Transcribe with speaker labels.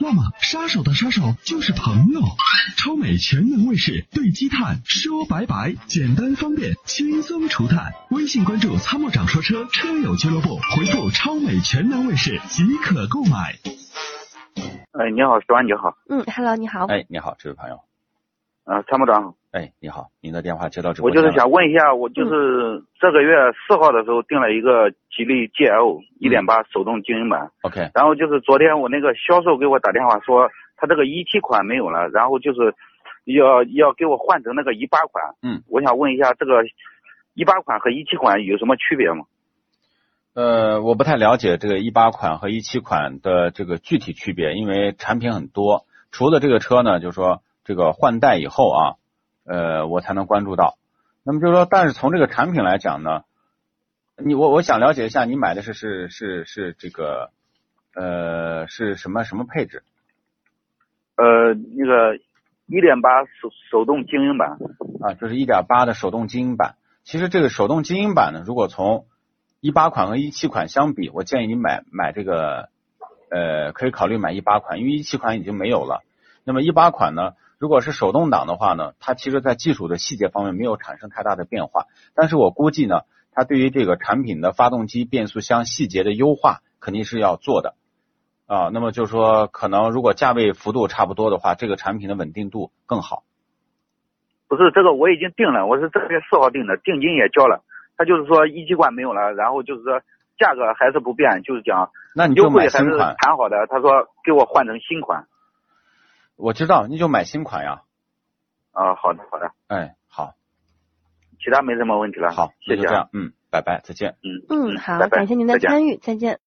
Speaker 1: 那么，杀手的杀手就是朋友。超美全能卫士对积碳说拜拜，简单方便，轻松除碳。微信关注“参谋长说车”车友俱乐部，回复“超美全能卫士”即可购买。
Speaker 2: 哎，你好，石安，你好，
Speaker 3: 嗯，Hello，你好。
Speaker 4: 哎，你好，这位朋友。
Speaker 2: 呃，参谋长好，
Speaker 4: 哎，你好，您的电话接到直
Speaker 2: 我
Speaker 4: 播
Speaker 2: 就
Speaker 4: 间
Speaker 2: 是
Speaker 4: 了。
Speaker 2: 想问一下，我就是这个月四号的时候订了一个吉利 GL 一点八手动精英版，
Speaker 4: OK，
Speaker 2: 然后就是昨天我那个销售给我打电话说，他这个一七款没有了，然后就是要要给我换成那个一八款，
Speaker 4: 嗯，
Speaker 2: 我想问一下这个一八款和一七款有什么区别吗？
Speaker 4: 呃，我不太了解这个一八款和一七款的这个具体区别，因为产品很多。除了这个车呢，就是说这个换代以后啊，呃，我才能关注到。那么就是说，但是从这个产品来讲呢，你我我想了解一下，你买的是是是是这个呃是什么什么配置？
Speaker 2: 呃，那个一点八手手动精英版，
Speaker 4: 啊，就是一点八的手动精英版。其实这个手动精英版呢，如果从一八款和一七款相比，我建议你买买这个，呃，可以考虑买一八款，因为一七款已经没有了。那么一八款呢，如果是手动挡的话呢，它其实在技术的细节方面没有产生太大的变化，但是我估计呢，它对于这个产品的发动机、变速箱细节的优化肯定是要做的。啊，那么就是说，可能如果价位幅度差不多的话，这个产品的稳定度更好。
Speaker 2: 不是这个我已经定了，我是这个月四号定的，定金也交了。他就是说一级管没有了，然后就是说价格还是不变，就是讲
Speaker 4: 那你就
Speaker 2: 优
Speaker 4: 买
Speaker 2: 惠还
Speaker 4: 新
Speaker 2: 是
Speaker 4: 款，
Speaker 2: 谈好的。他说给我换成新款
Speaker 4: 我知道，你就买新款呀。
Speaker 2: 啊、好的好的，
Speaker 4: 哎，好，
Speaker 2: 其他没什么问题了。
Speaker 4: 好，
Speaker 2: 谢
Speaker 4: 那
Speaker 2: 谢
Speaker 4: 就这
Speaker 2: 啊，
Speaker 4: 样，嗯，拜拜，再见。
Speaker 2: 嗯
Speaker 3: 嗯，好，
Speaker 2: 拜拜
Speaker 3: 感谢您的
Speaker 2: 再见
Speaker 3: 参与，再见。